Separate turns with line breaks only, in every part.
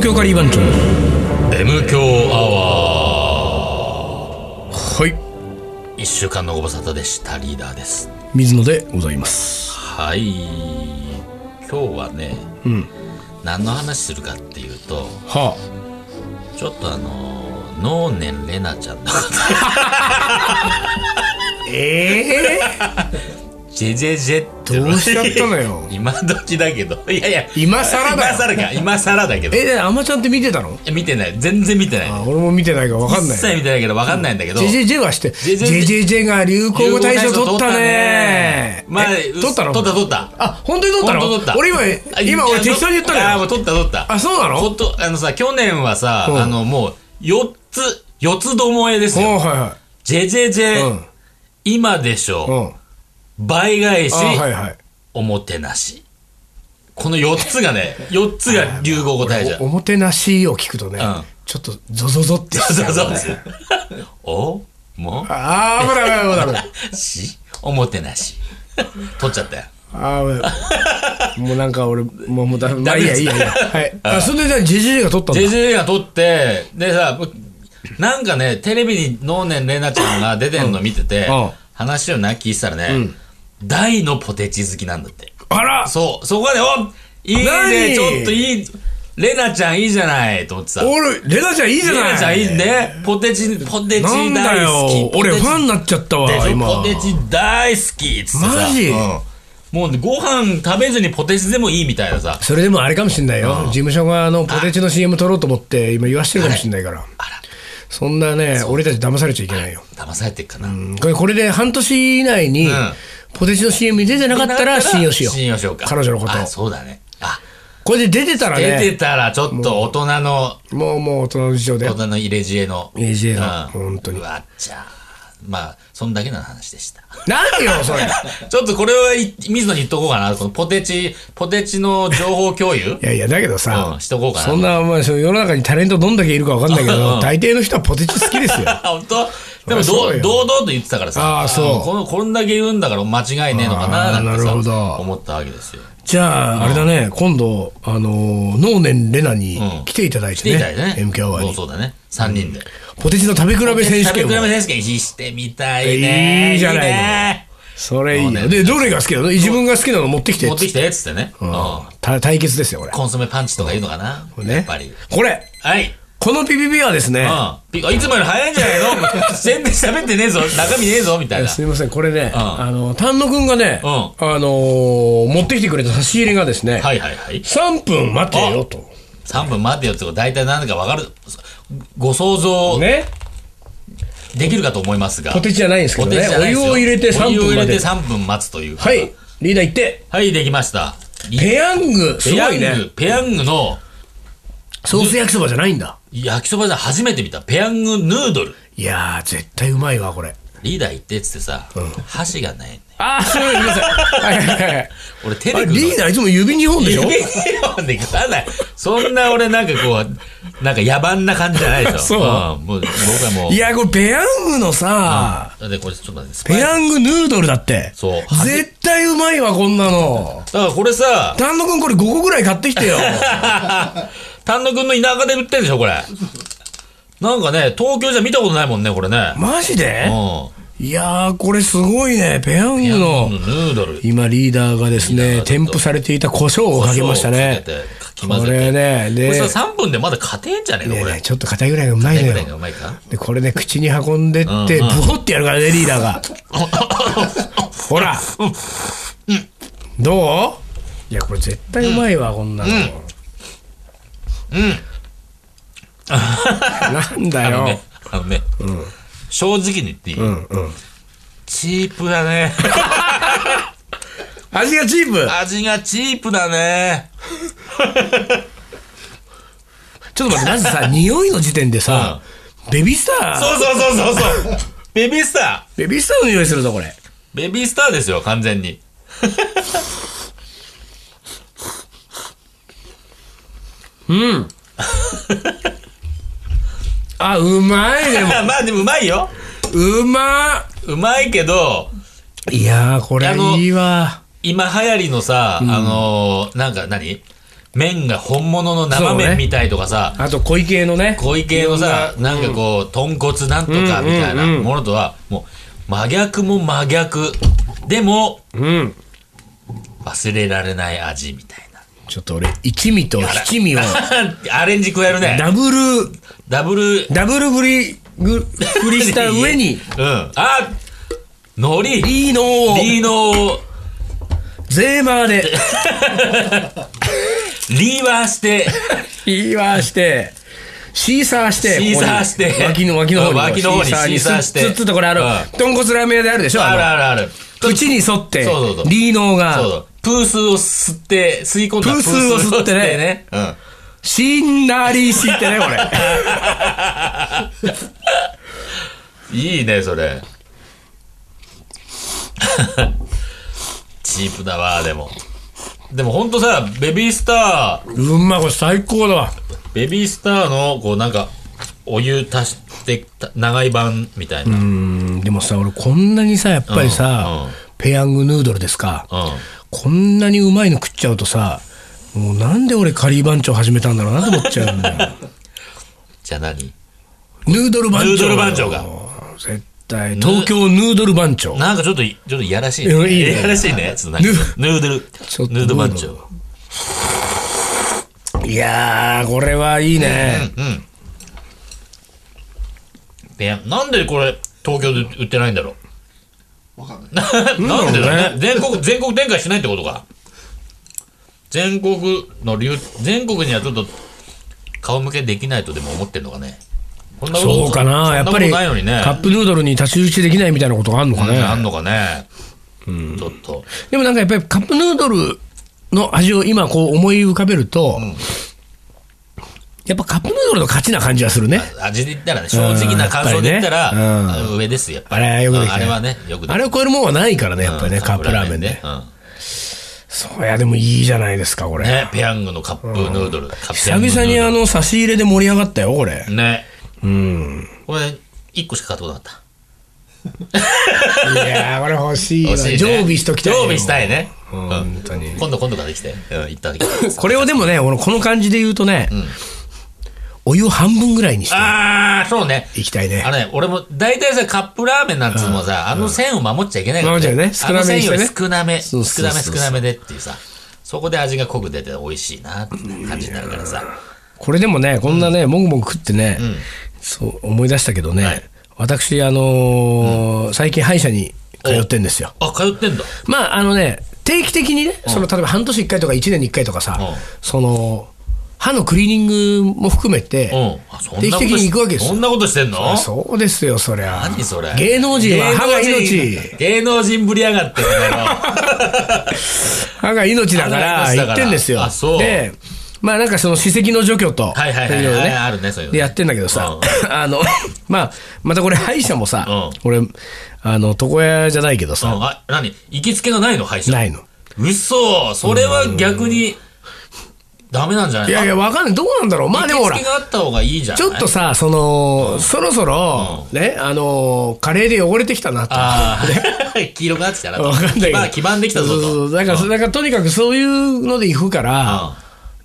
強カリー番長
M 強アワ
はい
ー一週間のご無沙汰でしたリーダーです
水野でございます
はい今日はね
うん
何の話するかっていうと
は
ちょっとあの能年玲奈ちゃんのこ
あええ
とジェジェジェって
どうしちゃったのよ
今時だけどいやいや
今更だよ
今更か今更だけど
えであまちゃんって見てたの
見てない全然見てない
あ俺も見てないから分かんな
一切
い
見てないけど分かんないんだけど、
ジェジェジェはしてジ
ジ
ェ
ェ
ジ
ジ
ェ
ェ
ジ
ジェ
ェが流行語大賞取ったね
まあ
え取ったの
取った取った
あ本当に取ったの
本当取った
俺今
あ
今
い
俺
や
適当に言ったの
ああも
よ
う取った取った
あそうなの
ほんとあのさ去年はさ、
うん
あのもう4つ四つどもえです
おう
よ
はいは
ジェジェジ
い
ェ、
うん
今でし
う
ょ、
ん
倍返し、
あはいはい
おもてなしこの4つ がね4つが流行語大賞
おおもてなしを聞くとね
うん
ちょっとゾゾゾってしち
そ
ゃ
う
う
そうそうおも
ああ危ない危ない危ない危ない
しおもてなし取っちゃったよ
ああ、 もうなんか俺、もう、もうだ、まあいいや、いいや、いいや。はい。あ、それでじゃあ、ジェジェが撮ったん
ジェ
だ。
ジェが撮って、でさ、なんかね、テレビに能年玲奈ちゃんが出てんの見てて、
うんうん
話をな、聞いてたらね、大のポテチ好きなんだって。
あら
そう、そこで、おいい
何
ね、ちょっといい、玲奈ちゃんいいじゃない、と思ってさ。玲
俺、レナちゃんいいじゃない
奈ちゃんいいね、ポテチ、ポテチ
なんだ
大
よ
好き。。
俺、ファンに
な
なっちゃったわ、今。
ポテチ大好き、つってさ。
マジ
うんもうねご飯食べずにポテチでもいいみたいなさ。
それでもあれかもしんないよ。事務所があの、ポテチの CM 撮ろうと思って、今言わしてるかもしんないから。
あら、
そんなね、俺たち騙されちゃいけないよ。
騙されてるかな。
これ、これで半年以内に
ん、
ポテチの CM に出てなかったら信用しよ
信
う。
用しようか。
彼女のこと
あ、そうだね。あ、
これで出てたら
出て
ね、
たらちょっと大人の、
もう、もう大人の事情で
大。人の入れ知恵の。
入れ知恵の
うん
本当に
うわっちゃ。まあ、そんだけの話でした。
何よ、それ。
ちょっとこれはい水野に言っとこうかな。そのポテチ、ポテチの情報共有
いやいや、だけどさ、
うんしとこうかな
そんな、まあ、その世の中にタレントどんだけいるかわかんないけ
う
ど、
ん
大抵の人はポテチ好き ですよ。
あ本当でも
そりゃそうよ
ど、堂々と言ってたからさ。
あーそう
この、こんだけ言うんだから間違いねえのかな、
あー
なんてさ
なるほど
思ったわけですよ。
じゃあ、あれだね、今度、あのー、能年レナに
うん
来ていただい
来
て
てい
ね
ただいてね。、
MK アワー
そう
に。
そうだね。3人で。
ポテチの食べ比べ選手権
食べ比べ
を。
選手権してみたいね。
いいじゃないの
ね
それいい
能
よ。
年
で、どれが好きなの自分が好きなの持ってきて
持。ってきてっつってね。うん
た対決ですよ、これ。
コンソメパンチとか言うのかな、
ね
やっぱり。
これ、
はい。
このピピピはですね、
うん。ピあいつもより早いんじゃないの 全然喋ってねえぞ。中身ねえぞ、みたいな。
すみません、これね、
ん
あの、丹野くんがね、
う
あ
ん
のー、持ってきてくれた差し入れがですね、
はいはいはい。
3分待てよと。
3分待ってよってこと大体何だか分かる。ご想像
ね。
できるかと思いますが。
ポテチじゃないんですけどね
ポテチじゃないですよ
お湯を入れて3分
お湯を入れ
ま
て
で
3分待つという。
は。い、リーダー行って。
はい、できました。
ペヤング、す
ペヤ
ご
ン
い
グ、
ね。
ペヤングの
ソース焼きそばじゃないんだ。
焼きそばじゃ初めて見た。ペヤングヌードル。
いやー、絶対うまいわ、これ。
リーダー行ってっつってさ、箸がない。
あー、すみません。はいはいはいはい
俺手で
あれ
食うの
リーダーいつも指2本でしょ
指をね、食わない。そんな俺なんかこう、なんか野蛮な感じじゃないでしょ。
そうん
もう僕はもう。
いや、これペヤングのさ、
だってこれちょっと待って、スパイ
ペ
ス
ヤングヌードルだって。
そう
絶対うまいわ、こんなの。
だからこれさ、
丹野くんこれ5個ぐらい買ってきてよ。
丹野くんの田舎で売ってるでしょ、これ。なんかね、東京じゃ見たことないもんね、これね。
マジで
う
いやー、これすごいね。ペヤン
ん。
グの
ヌ。ードル。
今、リーダーがです
リー
ね
ダーが、ちょ
添
っと
付されていた胡椒をかけましたね。
胡椒をつけてかき
こ
混ぜて。
れね、
こ
で、
れさ、3分でまだ勝てんじゃねえの、こ
ね
れ。
ちょっと硬いぐらいがうまいの
ぐらいがう
よ。
まいか
で、これね、口に運んでって、ブ
うんうん
ホってやるからね、リーダーが。ほら。どういや、これ絶対うまいわ、こんなの。 なんだ
あの
よ。
ね、あのね、正直に言っていい、
うんうん
チープだ ね。
味がチープ
味がチープだね。
ちょっと待って、まず さ、匂いの時点でさ、ベビースター、
そうそうそうそうそう。 ベビースタ
ベビースターの匂いするぞ、これ。
ー。ベビースターですよ、完全に。
あ、うまいでも。
まあでもうまいよ。
うま
うまいけど、
いやー、これ
あの
いいわ。
今流行りのさ、あのーなんか何麺が本物の生
そうね
麺みたいとかさ、
あと、小池のね。
小池のさ、なんかこう、豚骨なんとかみたいな
うんうんうん
ものとは、もう、真逆も真逆。でも、
うん。
忘れられない味みたいな。
ちょっと俺、一味と七味を、
アレンジ加えるね。
ダブル、
ダブル。
ダブル振り、ぐ、振りした上
う
に
ん、。あ海苔
いいのを、
リーの、
ゼーマーで、
リーバーして、
言いはして、シーサーして、
シーサー
ここに
して
脇の、脇の方に。
脇の方にシーサーして
つっつっとこれある
う、
豚骨ラーメン屋であるでしょ
ある
あ
あるある。
の口に沿って
そうそうそう、
リーノー
そうそ
が、
う。プースを吸って、吸い込んだ
プースを吸ってね
プースを吸ってね。
しんなりしてね、これ。
うん。いいね、それ。 チープだわ、でも。でもほんとさ、ベビースター、
うんま、これ最高だわ。
ベビースターの、こうなんか、お湯足して、た長い版みたいな。うん。
うんでもさ、俺こんなにさ、やっぱり
うんうん
さ、ペヤングヌードルですか。こんなにうまいの食っちゃうとさ、もうなんで俺カリー番長始めたんだろうなと思っちゃうんだよ。
じゃあ何
ヌードル番長。
ヌードル番長が。
絶対、東京ヌードル番長。
なんかちょっと、ちょっといやらしい、
いやいいね
やらしいね。ちょっとなんかヌードル
ちょっ、と
ヌードル番長。
いやー、これはいいね。
うん。ペアなんでこれ、東京で売ってないんだろ
わかんない。
う。 なんでだろうね。全国、全国展開しないってことか。全国の流、全国にはちょっと、顔向けできないとでも思ってんのかね。こんなこと
そうかな、やっぱり、カ
そんなことないのにね。
ップヌードルに太刀打ちできないみたいなことがあるのか
うんあん
ね。
のかね。ちょっと。
でもなんかやっぱりカップヌードルの味を今こう思い浮かべると、やっぱカップヌードルの勝ちな感じはするね。
味で言ったらね、正直な感想で言ったら、
うんやっぱりね
上ですよ、やっぱ
あ
り。
れはよくでき
うん
た
あれはね、よくできた
あれを超えるもんはないからね、やっぱりね、
うん
カップラーメンね。
カップラーメンね
そういや、でもいいじゃないですか、こ
うん
れ。
ね、ペヤングのカップヌードル。カップ
久
ヤングヌード
々
ル
にあの、差し入れで盛り上がったよ、これ。
ね。
うん。
これ、1個しか買ったことなかっ
いやー、これ欲しい
た。
わ。
欲しいね
常備しときたい。
常備したい。ね。
うん
うん
本当に
今度今度からできて。うん、行った時。
これをでもね、俺この感じで言うとね、お湯を半分ぐらいにして
あー、そうね。
いきたいね
あ。れね、俺も、大体さ、カップラーメンなんつうのはさ、あの線を守っちゃいけないから
守っちゃいけないね
あ
少
の
なめ
線
にし
よ
てね
り少なめ、少
そうそうそう
なめ
そ
少
う
なめでっていうさ、そこで味が濃く出て美味しいな、って感じになるからさ。
これでもね、こんなね、もぐもぐ食ってね、そう思い出したけどね、
はい
私、あのー最近歯医者に通ってんですよ。
あ、通ってんだ。
まあ、あのね、定期的にね、その例えば半年1回とか1年に1回とかさ、
うん
その、歯のクリーニングも含めて、
うん。あそんなこと
定期的に行くわけですよ
そんなことしてんの
そうですよ、そりゃ。
何それ
芸能人は歯が
芸能
命
人。芸能人ぶりやがってんだよ
歯が命だか
歯が
ら、
命
行
だから
ってんですよ。
あそう
で、まあなんかその史跡の除去と、
はいはいはい
ろろ
はいあるねそういうの
で
ね
やってんだけどさ、 あの、まあ、またこれ歯医者もさ、
うん
俺、あの、床屋じゃないけど
う
さ、
んあ、何行きつけがないの歯医者。
ないの。
嘘それは逆に、ダメなんじゃない
いやいや、わかんない。どうなんだろう。まあでもほ
行
ら
きつけ、があった方がいいじゃん。
ちょっとさ、その、そろそろ、ね、あの、カレーで汚れてきたなと。
ああ、 黄色くなってきたな と。
わかんないけど。
まあ、基盤できたぞ
そうそうそう
と。
だから、だからとにかくそういうので行くから、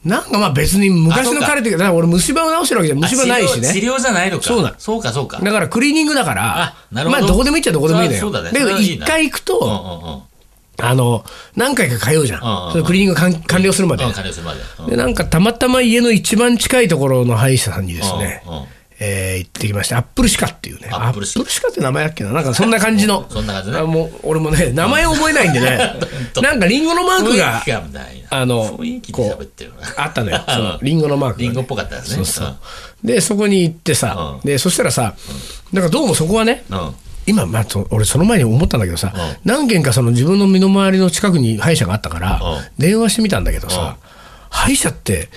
なんかまあ別に昔のカレーって、だから俺虫歯を治してるわけじゃん虫歯ないしね。
あ治療治療じゃないのか。
そうだ
そうか、そうか。
だからクリーニングだから
あ、なるほど
まあどこでもいいっちゃどこでもいいのよ。
そうだね
け
それ
ど
はいい
一
な
回行く
うん
と、
うんうん。
あの、何回か通うじゃん。
んうんうん
そのクリーニング完完了するまで。
うん、完了するまで。うん
で、なんかたまたま家の一番近いところの歯医者さんにですね、
うんうん
えー行ってきました。アップルシカっていうね。
アップルシカ
って名前だっけななんかそんな感じの。
そんな感じね
あもう、俺もね、名前覚えないんで ね
当。
なんかリンゴのマーク
雰
が
囲気がないな。
あの
雰囲気で喋ってるな。
あったのよ。 そのリンゴのマークがね、
リンゴっぽかったですね。
そうそう。で、そこに行ってさ
うん、
で、そしたらさ、なんかどうもそこはね、
うん。うん。
今、まあ、そ俺、その前に思ったんだけどさ、
うん
何軒かその自分の身の回りの近くに歯医者があったから、
う
電話してみたんだけどさ、歯医者って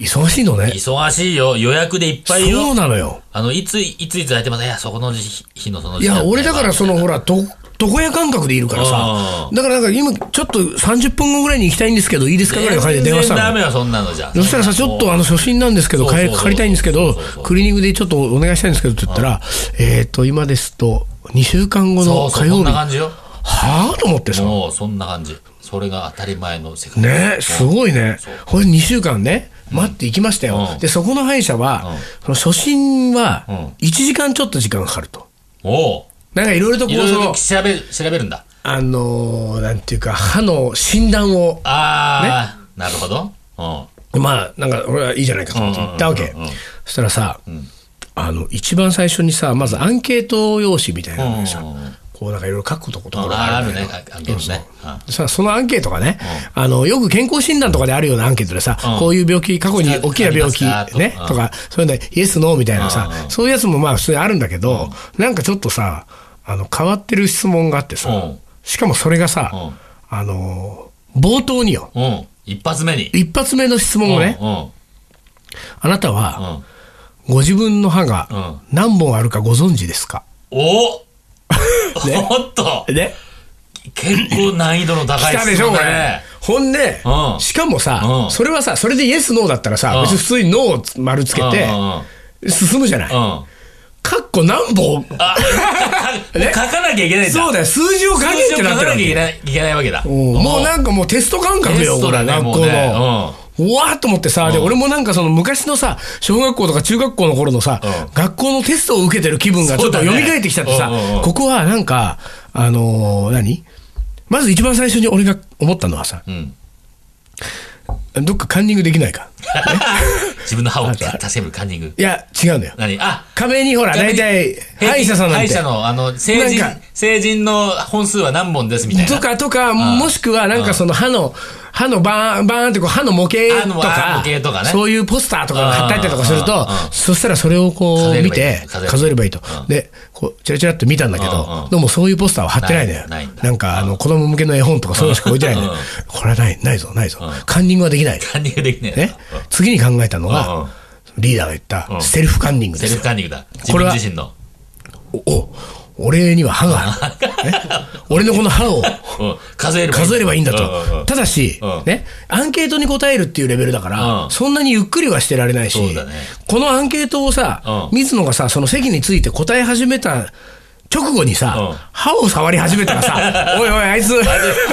忙しいのね。
忙しいよ。予約でいっぱい
そう
よ。
なのよ。
あの、いつ、いついつ空いてますいや、そこの日日のその
い
時間
や、俺だからその、
み
ほら、と、床屋感覚でいるからさ
う、ん
だからなんか今、ちょっと30分後ぐらいに行きたいんですけど、いいですか
たい
ぐらい
な
の感じで電話した
全然ダメ
の。
よ、そんなのじゃ。
そしたらさ、ちょっとあの、初心なんですけど、
そうそう
帰
そう
り借りたいんですけど
そうそうそう、
クリーニングでちょっとお願いしたいんですけどって言ったら、えっと、今ですと、2週間後
そ
の
うそう
火
そ
曜日。
んな
は
感じよ。
ぁと思ってさ、
もう、そんな感じ。それが当たり前の世界
ねす
い
ごいね
そう。
これ2週間ね、待っていきましたよ。
うん
で、そこの歯医者は、その初診は1時間ちょっと時間かかると。
おう
なんかいろいろとこ、
いうろい
そ
ろ
の
と、調べ調べるんだ
あのーなんていうか、歯の診断を、
ああ、なるほどう
まあ、なんか俺はいいじゃないかと思って言ったわけ
うんうんうんうん。
そしたらさ、あの、一番最初にさ、まずアンケート用紙みたいなのがさ
うんうんうん、
こうなんかいろいろ書くとこと
ん
ころ
あ
が
あ
ある
る
んだ
ね
よ
アンケートねうん
さそのアンケートがね、あのよく健康診断とかであるようなアンケートでさ、
うん
こういう病気過去に
あ
大きな病気
ありますか
ね
とうん
とかそういうのイエスノーみたいなさ、
うんうん
そういうやつもまあ普通にあるんだけど、なんかちょっとさあの変わってる質問があってさ、
うん
しかもそれがさ、
うん
あの冒頭によ
うん一発目に
一発目の質問をね、
う
あなた
んうん
は
うん
ご自分の歯
う
が
ん
何本あるかご存知ですか、
おお おっ と
ね
結構難易度の高
来
い
たでしょ、
質問
こ
だ
れ
ね。
ほんで、
うん
しかもさ、
うん
それはさ、それでイエス、ノーだったらさ、
うん
別に普通にノーを丸つけて
う、んうんうん
進むじゃない。
うん
かっこ何本
あ、 書
ね
かなきゃいけないんだ。
そうだよ、数字を書けっ
数字を
て
書か
なって
な
るわ
きゃいけ
け。
ないいけないわけだ。
うんもうなんんかもうテスト感覚よ、
テスト
こ
だ
れ、
ね
学校
もうね
の。うわーっと思ってさ、で、俺もなんかその昔のさ、小学校とか中学校の頃のさ
うん、
学校のテストを受けてる気分がちょっと
そうだ
蘇
ね
ってきちゃってさ
うんうんう、ん
ここはなんか、あのー、何まず一番最初に俺が思ったのはさ、
うん。
どっかカンニングできないか。
自分の歯を確かめるカンニング。
いや、違うんだよ。
何あ、
壁にほら、大体、
平均
歯医者さんな
歯
ん
医
て。
者の、あの、成人
なんか、
成人の本数は何本ですみたいな。
とかとか、
ん
もしくはなんかその歯の、歯のバーン、バーンってこう歯の模型と
歯の
か
模型とかね
そういうポスターとかが貼ってあったりとかする
うんう
と
んうんうん、
そしたらそれをこう見て、数
数
えれ
えれ
ば
ば
いい
いい
と
と。
で、こう、チラチラっと見たんだけ
うんう
ど、
ん
どうもそういうポスターは貼ってないのよ
ないないん。だ
なんかあの、子供向けの絵本とかそういうのしか置いてないのよ
うんうん。
これはない、ないぞ、ないぞ。カンニングはできない。
カンニングできない。
ね。次に考えたの
うんうん
が、リーダーが言った、
ん
セルフカンニングです
セル
よ
フ。カンニングだ。自
これは
分自身の。
お、お俺には歯があ る。ね俺のこの歯を、
うん数えればいい。
数えればいいんだ
ううう
と。ただし
うん、
ね、アンケートに答えるっていうレベルだから
う、ん
そんなにゆっくりはしてられないし、
そうだね
このアンケートをさ、
うん
水野がさ、その席について答え始めた直後に
うん
さ、歯を触り始めたらさ、 おいおい、あいつ、ね、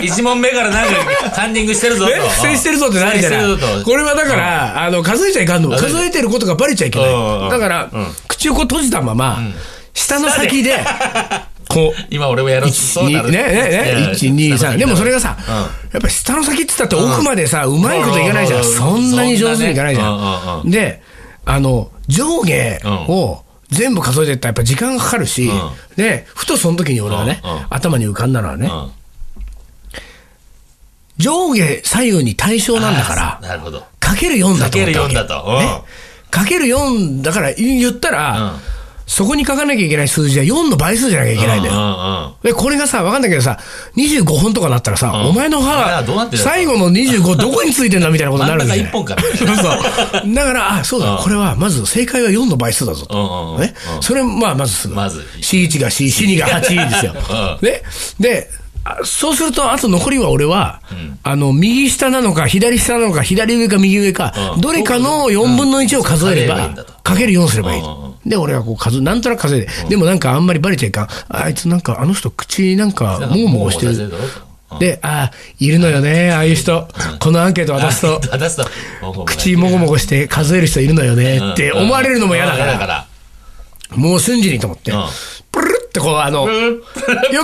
一問目からなんかカンニングしてるぞと。
不正してるぞってなるじゃない
不正してるぞ。と
これはだから、あの、数えちゃいかんの。
数え
数えてることがバレちゃいけ
うんうん
な
う
い。
ん
だから、口をこう閉じたまま、下の先で、 こう、
今俺もやろうと
1
そう
ね
な
ね
る
ね1 2 3でもそれがさ、
うん
やっぱ下の先って言ったって奥までさ、うまいこといかないじゃん、
うん
そんなに上手にいかないじゃん、
そんなねうんうん
であの上下を全部数えてったらやっぱ時間がかかるし、
ん
でふとその時に俺はね、
うんうん
頭に浮かんだのはね、
うん
上下左右に対称なんだから
あーなるほど。
かける4だと思ったわ
かける4だとうん
ねかける4だから言ったら、
うん
そこに書かなきゃいけない数字は4の倍数じゃなきゃいけないんだよ、
よ。
で、これがさ、わかんないけどさ、25本とかなったらさ、お前の
お前ら
歯
はどうなって、るの
最後の25どこ についてんだみたいなことにな
真
る
ん
ん
中
だよ、
一本かみたい
そう そう。だから、あ、そうだ、
うん
これは、まず正解は4の倍数だぞと。
うんうんうん
ね。それ、まあ、まずすぐ。
まず
C1 が C、C2 が8ですよ。 ね。で、あそうすると、あと残りは俺は、あの、右下なのか、左下なのか、左上か、右上か、
うん
どれかの4分の1を数えれ
うん数えればい
ば
いんだと、
かける4すればいい
うんうん。
で、俺はこう数、なんとなく数えて、でもなんかあんまりバレちゃいかん。あいつなんか、あの人口なんか、もごもごしてる。で、ああ、いるのよね、ああいう人。このアンケート渡すと、
出すと。
口もごもごして数える人いるのよねって思われるのも嫌だから、
ら。
もう瞬時にと思って
うん、
プルルってこう、あの、よ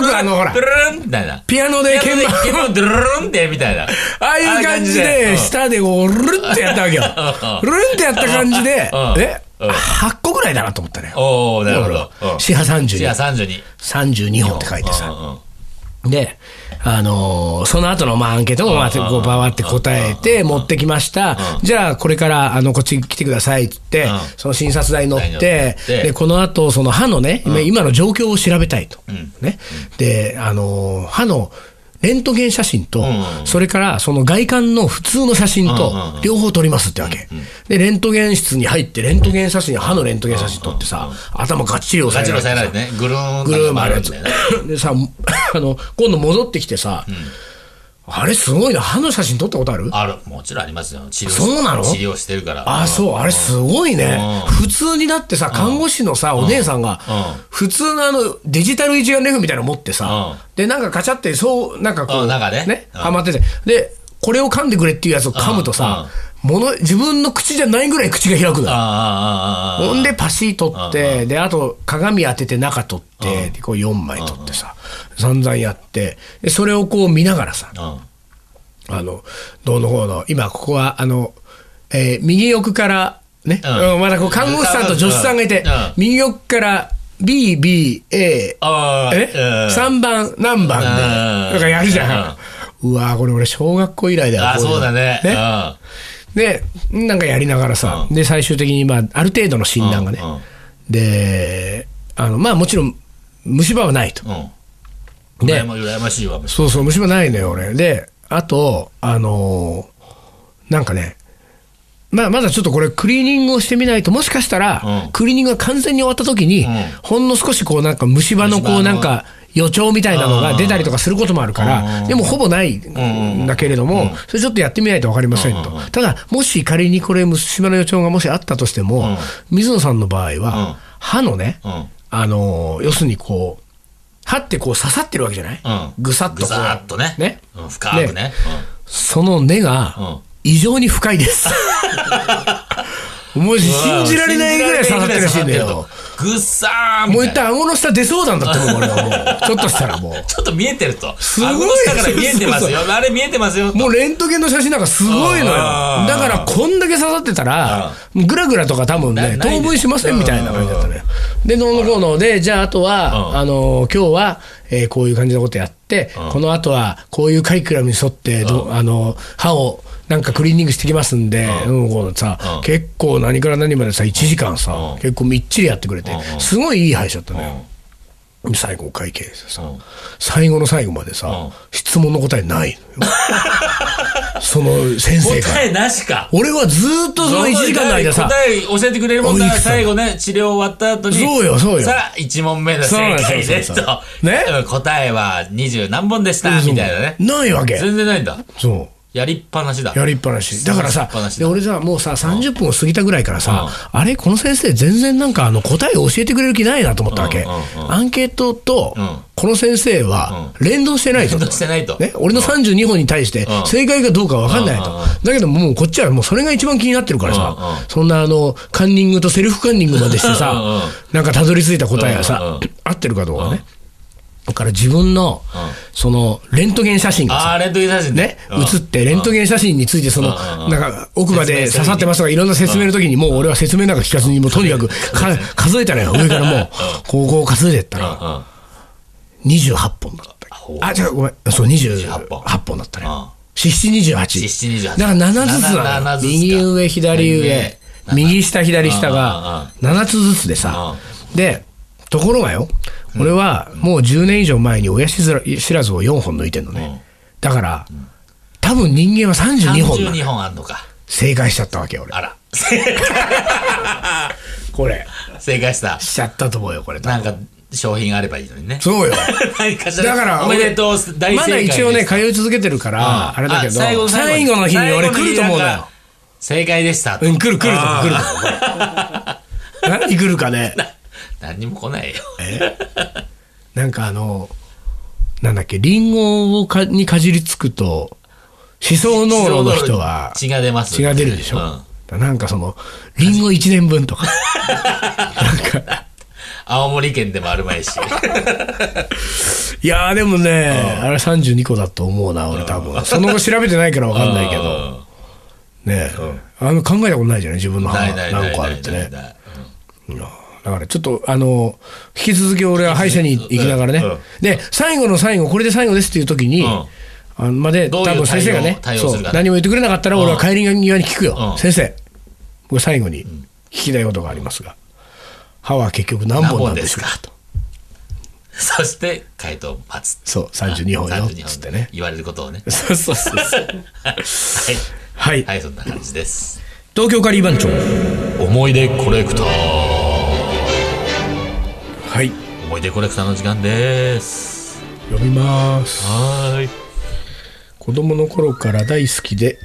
くあの、ほら
プ、ルンみたいな。
ピアノで鍵盤、
鍵盤ドゥルルンってみたいな。
ああいう感じで、舌でこう、ルルってやったわけよ。ルルンってやった感じで、
うん
え
うん
?8 個ぐらいだなと思ったね。
おおなるほど。
四波
シア
32。
32。
32本って書いて
うん
さ。
うん
で、あのーその後のまあアンケートもまあこうバーって答えて持ってきました。じゃあこれからあのこっち来てくださいって言って
うん、
その診察台に乗っ
台に
て
乗っ、て
で、この後その歯のね、今今の状況を調べたいと。ね。で、あのー歯のレントゲン写真と
ん、
それからその外観の普通の写真
うんうん
と両方撮りますってわけ。で、レントゲン室に入って、レントゲン写真、歯のレントゲン写真撮ってさ、頭がっちり押さ
ガチ
え
の
られて
さ
さ
えられてね。ぐるーん
グルー
と
マー
回
の
る
や
ん
つ
だよね。
でさあの今度戻ってきてさ、あれすごいな。歯の写真撮ったことある
ある、もちろんありますよ。治療し
そうなの
治療してるから。
あ、そう、あれすごいね。
うん
普通にだってさ、看護師のさ、お姉さんが
うん、
普通のあの、デジタル一眼レフみたいなの持ってさ
う、
で、なんかカチャって、そう、なんかこ
う
う、
んなんかね
ね、
うん
はまってて。で、これを噛んでくれっていうやつを噛むとさ、もの、自分の口じゃないぐらい口が開くのよ。
ああ、ああ、ああ。
ほんで、パシー取って、で、あと、鏡当てて中取って、でこう4枚取ってさ、散々やって、でそれをこう見ながらさ、
うん。
あの、どうのこうの、今ここは、あの、えー右奥から、ね、
うん
うんまだこう看護師さんと助手さんがいて
うんうん、
右奥から、B、B、A、
ああ、
え、
うん
三3番、何番で、
うん
なんかやるじゃん。うわーこれ俺小学校以来だよ。
ああ、
こい
そ
の
うだね。うん。
ね。で、なんかやりながらさ、で、最終的に、まあ、ある程度の診断がね
うんうん、
で、あの、まあもちろん、虫歯はないと。
うん。
で
羨ま羨ましいわ。
そうそう、虫歯ないのよ、俺。で、あと、あのーなんかね、まあ、まだちょっとこれ、クリーニングをしてみないと、もしかしたら、
うん
クリーニングが完全に終わった時に、
ん
ほんの少しこう、なんか虫歯の
虫歯
こ
の
う、なんか、予兆みたいなのが出たりとかすることもあるから、でもほぼないんだけれども、それちょっとやってみないと分かりませんと。ただ、もし仮にこれ、虫歯の予兆がもしあったとしても、水野さんの場合
うん
は、歯のね、
うん。うん。
あのー要するにこう、歯ってこう刺さってるわけじゃない、
うん
ぐさっと
ぐ
こう
さっとね。
ね
うん深くね。
その根
うん。う
が
ん。
異常に深いです。もう信じられないぐらい刺さってるらしいんだよ。
ぐっさーみ
もう
たい
一
な
旦顎の下出そうなんだってもう俺はもう。ちょっとしたらもう。
ちょっと見えてると。
ごい
顎の下から見えてますよ。あれ見えてますよ。
もうレントゲンの写真なんかすごいのよ。
あー
だからこんだけ刺さってたら、ぐらぐらとか多分ね、
なない
当分しませんみたいな感じだったのよ。で、どうのこうので、じゃああと
うん
は、あのー、今日は、えーこういう感じのことやって、この後はこういうカリキュラムに沿って、どあのー、歯をなんかクリーニングしてきますんで、うん、こう
うん
さ、結構何から何までさ、1時間さ、結構みっちりやってくれて、すごいいい歯医者だったのよ。最後お会計ですさ、
うん
最後の最後までさ、
うん
質問の答えないのよ その先生が
答えなしか。
俺はずーっとその1時間の間さ
答え教えてくれるもんだ
おいくつ
最後ね、治療終わった後に。
そうよそうよ
さあ、1問目の正解です
そうそうそ
と
う。そうね
うん答えは20何本でした、みたいなね。
ないわけ
全然ないんだ。
そう
やりっぱなしだ。
やりっぱなしだから
や
さ
りっぱなし
で
だ
俺さもうさ30分を過ぎたぐらいからさ、あれこの先生全然なんかあの答えを教えてくれる気ないなと思ったわけ、
うんうん
アンケートと
うん
この先生は連動してないぞと、
連動してないと
ね、俺の32本に対して
うん
正解かどうか分かんないと、
うんうん
だけどもうこっちはもうそれが一番気になってるからさ、
うんうん
そんなあのカンニングとセルフカンニングまでしてさ
うんうんうん
なんかたどり着いた答えがさ、
うんうんうん
合ってるかどうかね、だから自分の、そのレントゲン写真がさ
あーレントゲン写真
ね、
うん
写って、レントゲン写真について、その、
うんうん
なんか、奥まで刺さってますとか、いろんな説明の時に、もう俺は説明なんか聞かずに、もうとにかく、か数えたらよ、上からもう、こうこう数えてったら、
うんうん
28本だった。あ、
あ
違う、ごめん、そう、28
28本
本だったね
うん。
47、
7 28
28。だから7ずつな
7
の
ず
よ。
つか
右上、左
右
上
上、
右下、左下が、7つずつでさ、で、ところがよ、俺はもう10年以上前に親知らずを4本抜いてんのね。だから、多分人間は32本なの
32本あんのか。
正解しちゃったわけよ、俺。
あら。
これ、
正解した。
しちゃったと思うよ、これ。
なんか、商品あればいいのにね。
そうよ。
何かし
だ
ら
から、
おめでとう、大正解
まだ
です
一応ね、通い続けてるから、あれだけど、
最後の
最後の日に俺来ると思うの
なん
よ
か。正解でしたと。
うん、来る来ると思う、来ると 思う。何来るかね。
何にも来ないよ。
なんかあの、なんだっけ、リンゴをかにかじりつくと、思想脳炉の人は
血が出ます。
血が出るでしょ。
うん
なんかその、リンゴ1年分とか。なんか、
青森県でもあるまいし。
いやーでもね、あれ32個だと思うな、俺多分。その後調べてないからわかんないけど。
ど。
ねえ、あの考えたことないじゃない自分の歯
ない
が
ないないない。
何個あるってね。
ないない
だからちょっと、あの、引き続き俺は歯医者に行きながらね
うんうん。
で、最後の最後、これで最後ですっていう時に、
うん
あのまで、
どうい
多
う
分先生がね、
対応対
そ
応す
う
るかね
何も言ってくれなかったら俺は帰り際に聞く
う
よ。
ん
先生、僕最後に聞きたいことがありますが、歯は結局何
何
本な
本
ん
で
ですす
か
か
と。そして、回答を待つ。
そう、32本よ、
32
つってね。。
言われることをね
そうそうそうそう。
はい。
はい。
はい、そんな感じです。
東京カリー番長。
思い出コレクター。
はい。
思い出コレクターの時間です。
読みます。
はーい。
子供の頃から大好きで、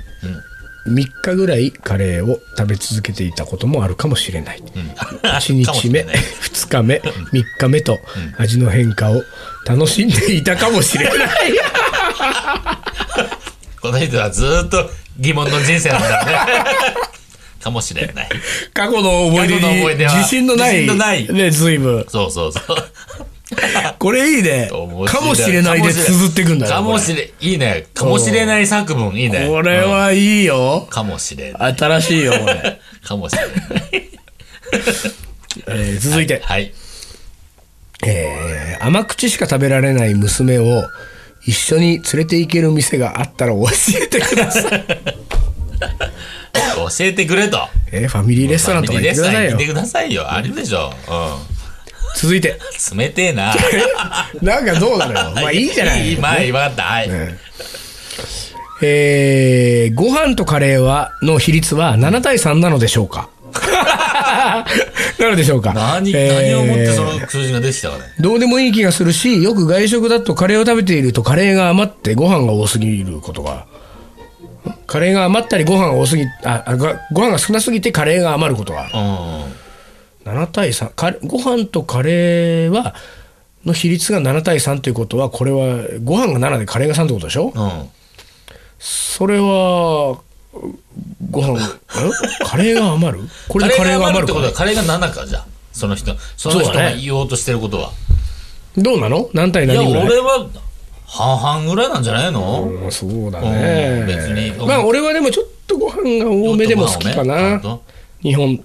3日ぐらいカレーを食べ続けていたこともあるかもしれない、1
かも
日
し
目
れない
2日目3日目と味の変化を楽しんでいたかもしれない
この人はずーっと疑問の人生なん だね。かもしれない。
過去の思い出
過去の
に
思い出は
自信のない
自信のない
ね随分
そうそうそう。
これいいね
面白
かもしれないで綴っていくんだね
かもしれ、いいね。かもしれない作文、いいね。
これはいいよ
うん。かもしれない。
新しいよこれ、
かもしれない。
えー続いて、
はい。
えー甘口しか食べられない娘を一緒に連れて行ける店があったら教えてください、
教えてくれと。
えーファミリーレストランとか行ってください
見
よ
てくださいよ。あるでしょ。
続いて
うん。冷てえな。
なんかどうなのよ まあいいじゃない
いい、まあ、わかった。はい。
えー、ご飯とカレーはの比率は7対3なのでしょう かなのでしょうか
何、
えー
何をもってその数字が出てきたかね。
どうでもいい気がするし、よく外食だとカレーを食べているとカレーが余ってご飯が多すぎることが。んカレーが余ったりご飯が多すぎ、あ、あがご飯が少なすぎてカレーが余ることがある。
うん。
7対3。カレご飯とカレーは、の比率が7対3ということは、これは、ご飯が7でカレーが3ってことでしょ
うん。
それは、ご飯、えカレーが余るこれでカ
カレ
レ
ー
ー
が
が
余る
余
っ
る
てこ
か
とは、カレーが7か、じゃあ。その人、その
そ
人
うだ
が
ね
言おうとしてることは。
どうなの何対
いや、
何ぐらい
俺は、半々ぐらいなんじゃないの
うんそうだね、
うん別に
まあ俺はでもちょっとご飯が多めでも好きかな、
ちょっとご飯をね
日本
イ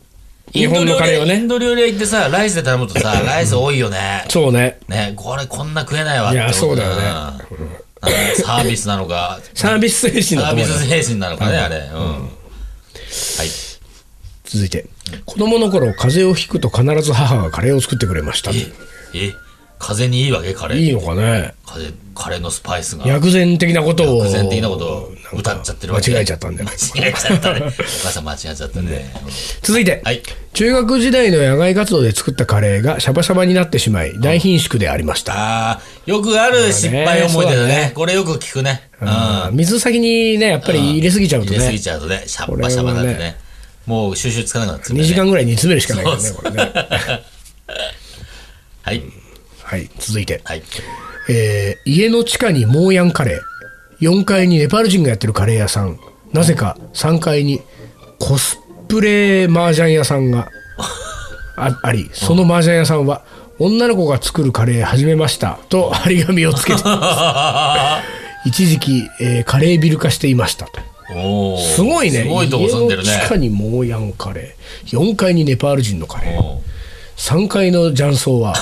日
ンド
本の
料
カレー
理
は
屋、イ
ね
ンド料理屋行ってさ、ライスで頼むとさ、ライス多いよね。
そうね
ね、これこんな食えないわって
いや
思
そうだよね
なんかサービスなのか、サ
サービス精神だと思
ービ
うよ
ス精神なのかね、あれ。うん。はい。
続いて子供の頃風邪をひくと必ず母がカレーを作ってくれましたい
え、え、風にいいわけカレー。
いのかね
風、カレーのスパイスが。
薬膳的なことを
偶然的なことを歌っちゃってるわけ
間違えちゃったんだよ
間違えち ゃったね。お母さん間違えちゃったね。
続いて、
はい。
中学時代の野外活動で作ったカレーがシャバシャバになってしまい大貧縮でありました、
ああ、よくある失敗思い出だね。これよく聞くね。うん。
あー水先にねやっぱり入れすぎちゃうと
入れすぎ
ね
ちゃうとね、シャッバシャバになっ
こ
て
れは
ね。もう収集つかなくなってくる
2
ね
時間ぐらい煮詰めるしかないからね
そう
これね
はい。
はい続いて
はい。
えー家の地下にモーヤンカレー4階にネパール人がやってるカレー屋さんなぜか3階にコスプレ麻雀屋さんがあありその麻雀屋さんは女の子が作るカレー始めましたと張り紙をつけて一時期、えーカレービル化していましたと
おー
すごいね
すごいとこ住んでるね。
家の地下にモーヤンカレー4階にネパール人のカレー
おー
3階の雀荘 は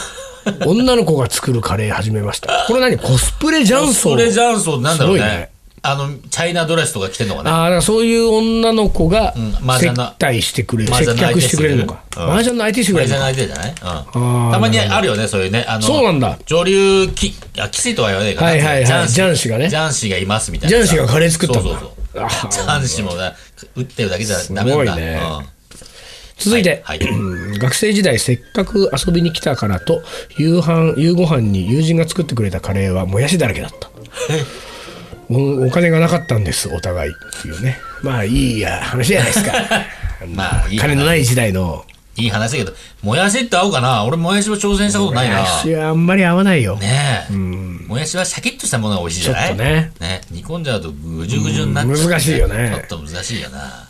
女の子が作るカレー始めましたこれ何コスプレ雀荘
それジャンソーなんだろう
すごい
ね
ね。
あの、チャイナドレスとか着てんのかな。
ああだからそういう女の子が
麻
接
雀の
待してくれる
麻
接
雀の相
客
手
してくれるのか
してくれるうん
麻雀の相手してく
あ
れ
れ
る
じ
のか
ゃない手じゃないうん。たまにあるよね、そういうね。あの
そうなんだ
上流き、あ、きついとは言わないかな。
はいはいはい
ジャン
ジャン氏がね
ジャン氏がいますみたい
ジ
な
ャ
さ。
ン氏がカレー作ったん
そう
だ
そうそう。
あ
ジ
ー
ャン氏もね、打ってるだけじゃダメなんだ。
すごいね
うん
続いて、
はい。
うん学生時代せっかく遊びに来たからと夕飯夕ご飯に友人が作ってくれたカレーはもやしだらけだったおお金がなかったんですお互いっていうねまあいいや話じゃないです か
まあ、いい
金のない時代の
いい話だけど、もやしって合うかな俺、もやしは挑戦したことないな。
私はあんまり合わないよ、
ねえ。もやしはシャキッとしたものが美味しいじゃない
ちょっとね。
煮込んじゃうとぐじゅぐじゅになっちゃう、
うん難しいよね
ちょっと難しいよな。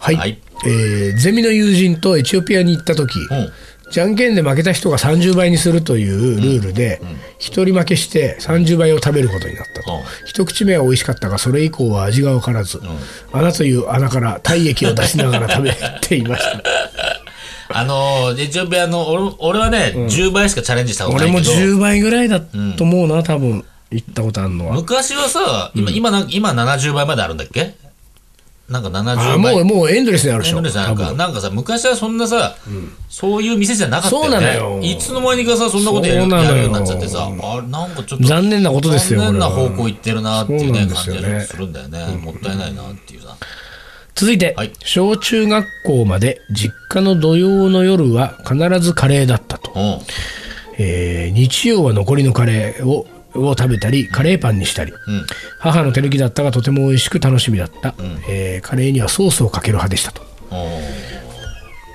はい、
はい
えーゼミの友人とエチオピアに行った時、
うん。
じゃんけんで負けた人が30倍にするというルールで、一人負けして30倍を食べることになったと、
うん
一口目は美味しかったがそれ以降は味が分からず、穴という穴から体液を出しながら食べていま した
あのー、エチオピアの、俺俺はね、10倍しかチャレンジしたことない
俺
けど。
も10倍ぐらいだと思うな多分行ったことあるのは、
昔はさ、今、今なんか、今70倍まであるんだっけなんか
あ
70倍。
もうもうエンドレスにあるでし
エ
ょ
ンドレスなんか、なんかさ、昔はそんなさ、そういう店じゃなかったよね。
そうなのよ
いつの間にかさ、そんなことや
そ
る
うなのよ
やるようになっちゃってさ、あれ、なんかちょっと。
残念なことですよ
残念な
これ
方
は
向行ってるなっていう
そうな
ね、
んで
感
す
じ
よね
がするんだよね。もったいないなっていうさ。
続いて、
はい
小中学校まで実家の土曜の夜は必ずカレーだったと
うん。
えー日曜は残りのカレーをを食べたりカレーパンにしたり、母の手抜きだったがとても美味しく楽しみだった、えーカレーにはソースをかける派でしたと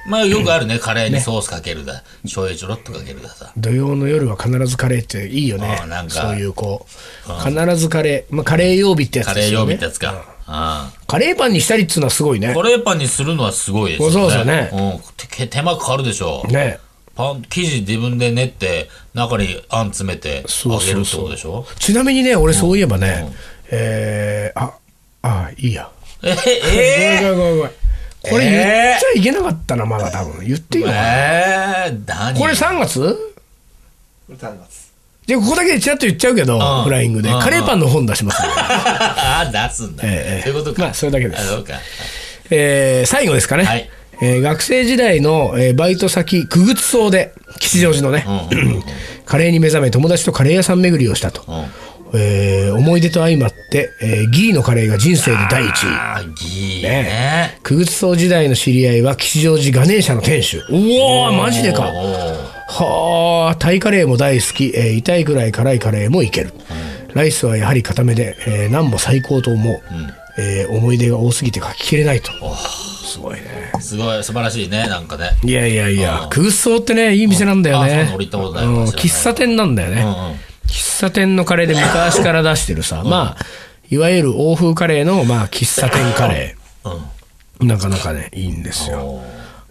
まあよくあるね、カレーにソースかけるだ、醤油ちょろっとかけるださ。
土曜の夜は必ずカレーっていいよね
あーなんか
そういうこう必ずカレー、まあ、カレー曜日ってやつ
カ
で
レー
す
用
よ
み
ね
ってやつか。あ
カレーパンにしたりっつうのはすごい
あ
ね
カレーパンにするのはすごいですよね。
そうですよね
うんて手間かかるでしょ。
ね
パン、生地自分で練って、中にあん詰めて
そ
揚
う
げ
そ
る
う
って
そう
ことでしょ
ちなみにね俺そういえばね、えー、ああいいや
え、
ごめん
え
ごめんごめん これ言っちゃいけなかったなまだ多分言っていい
ー、
のかな
えー、何
これ3月
これ3月
じゃあここだけでちらっと言っちゃうけど、
ん
フライングで、
うん
カレーパンの本出します、
あ あ、出すんだ。
ええ
そういうことか。
まあそれだけです
あそうか。
えー最後ですかね、
はい
えー学生時代の、えーバイト先久仏荘で吉祥寺のね、 カレーに目覚め友達とカレー屋さん巡りをしたと、えー思い出と相まって、えーギーのカレーが人生で第一位
ああ、ギーね。
ね久仏荘時代の知り合いは吉祥寺ガネーシャの店主うわーマジでか
おー
はあタイカレーも大好き、えー痛いくらい辛いカレーもいける、ライスはやはり固めで、えー、何も最高と思う、えー思い出が多すぎて書ききれないとすごいね
すごい、素晴らしいね、なんかね。
いやいやいや空想ってねいい店なんだよ
あそう
ね
なの俺行ったことない
うん
知らない
喫茶店なんだよね、
うんうん
喫茶店のカレーで昔から出してるさ、まあいわゆる欧風カレーの、まあ、喫茶店カレー、なかなかねいいんですよ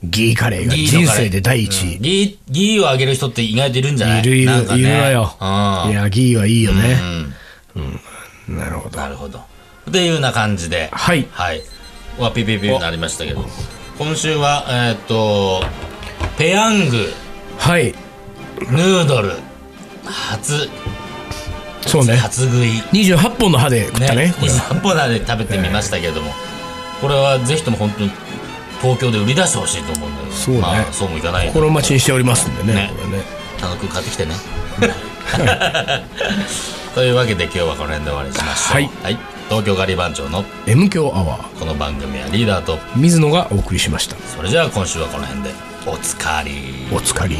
ギーカレーが
ギー
人
のカレー
生で第一位、
ギー、ギーをあげる人って意外といるんじゃない
いるいる、
なんかね
いるわよ。
うん
いや、ギーはいいよね。うん。なるほど。
なるほど。っていうような感じで。
はい
はい。はピピピになりましたけど。今週は、えーっと、ペヤング、
はい。
ヌードル、初、
そうね。
初食い。
28本の歯で食ったね。これは
サンポナで食べてみましたけども、これはぜひとも本当に東京で売り出してほしいと思うんだけど
そうね
まあ、そうもいかない
心待ちにしておりますんでね
ね。
これね
田野くん買ってきてね というわけで今日はこの辺で終わりにしましょう、
はい
東京ガリバン長の
M 強アワー、
この番組はリーダーと
水野がお送りしました。
それじゃあ今週はこの辺でおつかり
お疲れ。